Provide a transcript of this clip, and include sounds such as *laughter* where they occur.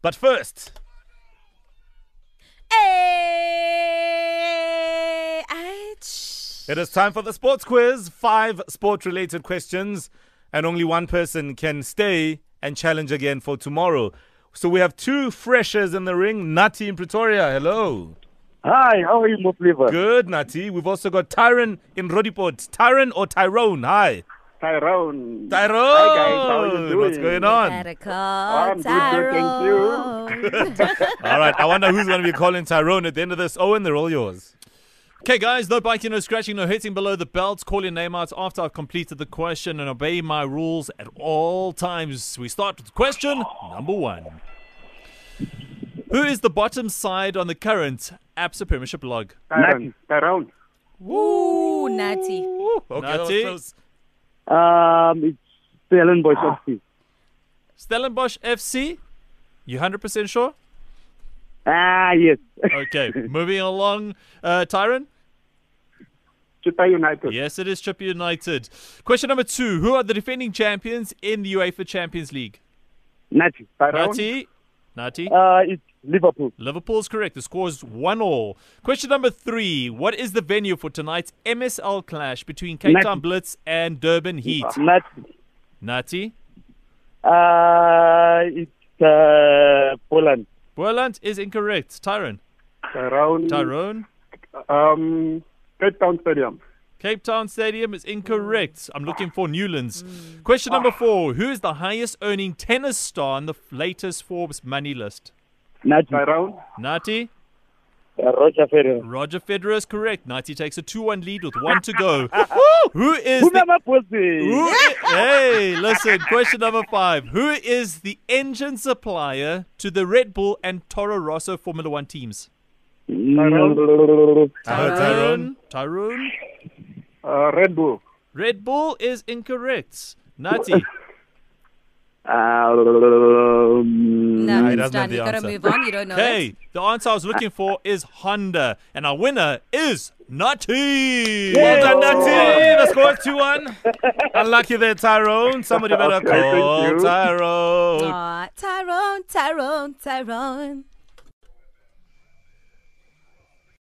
But first, A-H. it is time for the sports quiz. Five sport related questions, and only one person can stay and challenge again for tomorrow. So we have two freshers in the ring Nati in Pretoria. Hello. Hi, how are you, Moplever? Good, Nati. We've also got Tyron in Rodiport. Tyron or Tyrone? Hi. Tyrone! Tyrone. Hi, guys. How are you doing? What's going on? Gotta call I'm good, thank you. Tyrone. All right, I wonder who's going to be calling Tyrone at the end of this. Owen, they're all yours. Okay, guys, no biting, no scratching, no hitting below the belt. Call your name out after I've completed the question and obey my rules at all times. We start with question number one Who is the bottom side on the current APSA Premiership log? Tyrone. Tyrone. *laughs* Ooh, Natty. Mm. Woo, Okay, that was Nati? close. Um, it's the Helen Boys FC. Stellenbosch FC? You 100% sure? Ah, yes. *laughs* Okay, moving along. Uh, Tyron? Chita United. Yes, it is Chip United. Question number two Who are the defending champions in the UEFA Champions League? Nati. Tyrone. Nati? Nati? Uh, it's Liverpool. Liverpool's correct. The score is one all. Question number three: What is the venue for tonight's MSL clash between Cape Nat- Town Blitz and Durban Heat? Ah, Nati. Nati. Uh, it's uh, Poland. Boerland is incorrect. Tyrone. Tyrone. Tyrone. Um, Cape Town Stadium. Cape Town Stadium is incorrect. I'm looking for Newlands. Question number four: Who is the highest earning tennis star on the f- latest Forbes money list? Nati. Tyrone. Nati. Uh, Roger Ferrer. Roger Federer is correct. Nati takes a 2-1 lead with one to go. Woo! Who is the Umama Posi. Who i- hey, listen, question number five. Who is the engine supplier to the Red Bull and Toro Rosso Formula One teams? Uh, Tyrone. I heard Uh, Tyrone. Tyrone. Uh, Red Bull. Red Bull is incorrect. Nati. Um, No, he it's doesn't have done. the You gotta answer. move on. You don't know it. Hey, the answer I was looking for is Honda. And our winner is Nati. Well done, Nati. The score is 2 1. Unlucky there, Tyrone. Somebody better Okay, thank call you. Tyrone. Aw, Tyrone, Tyrone, Tyrone.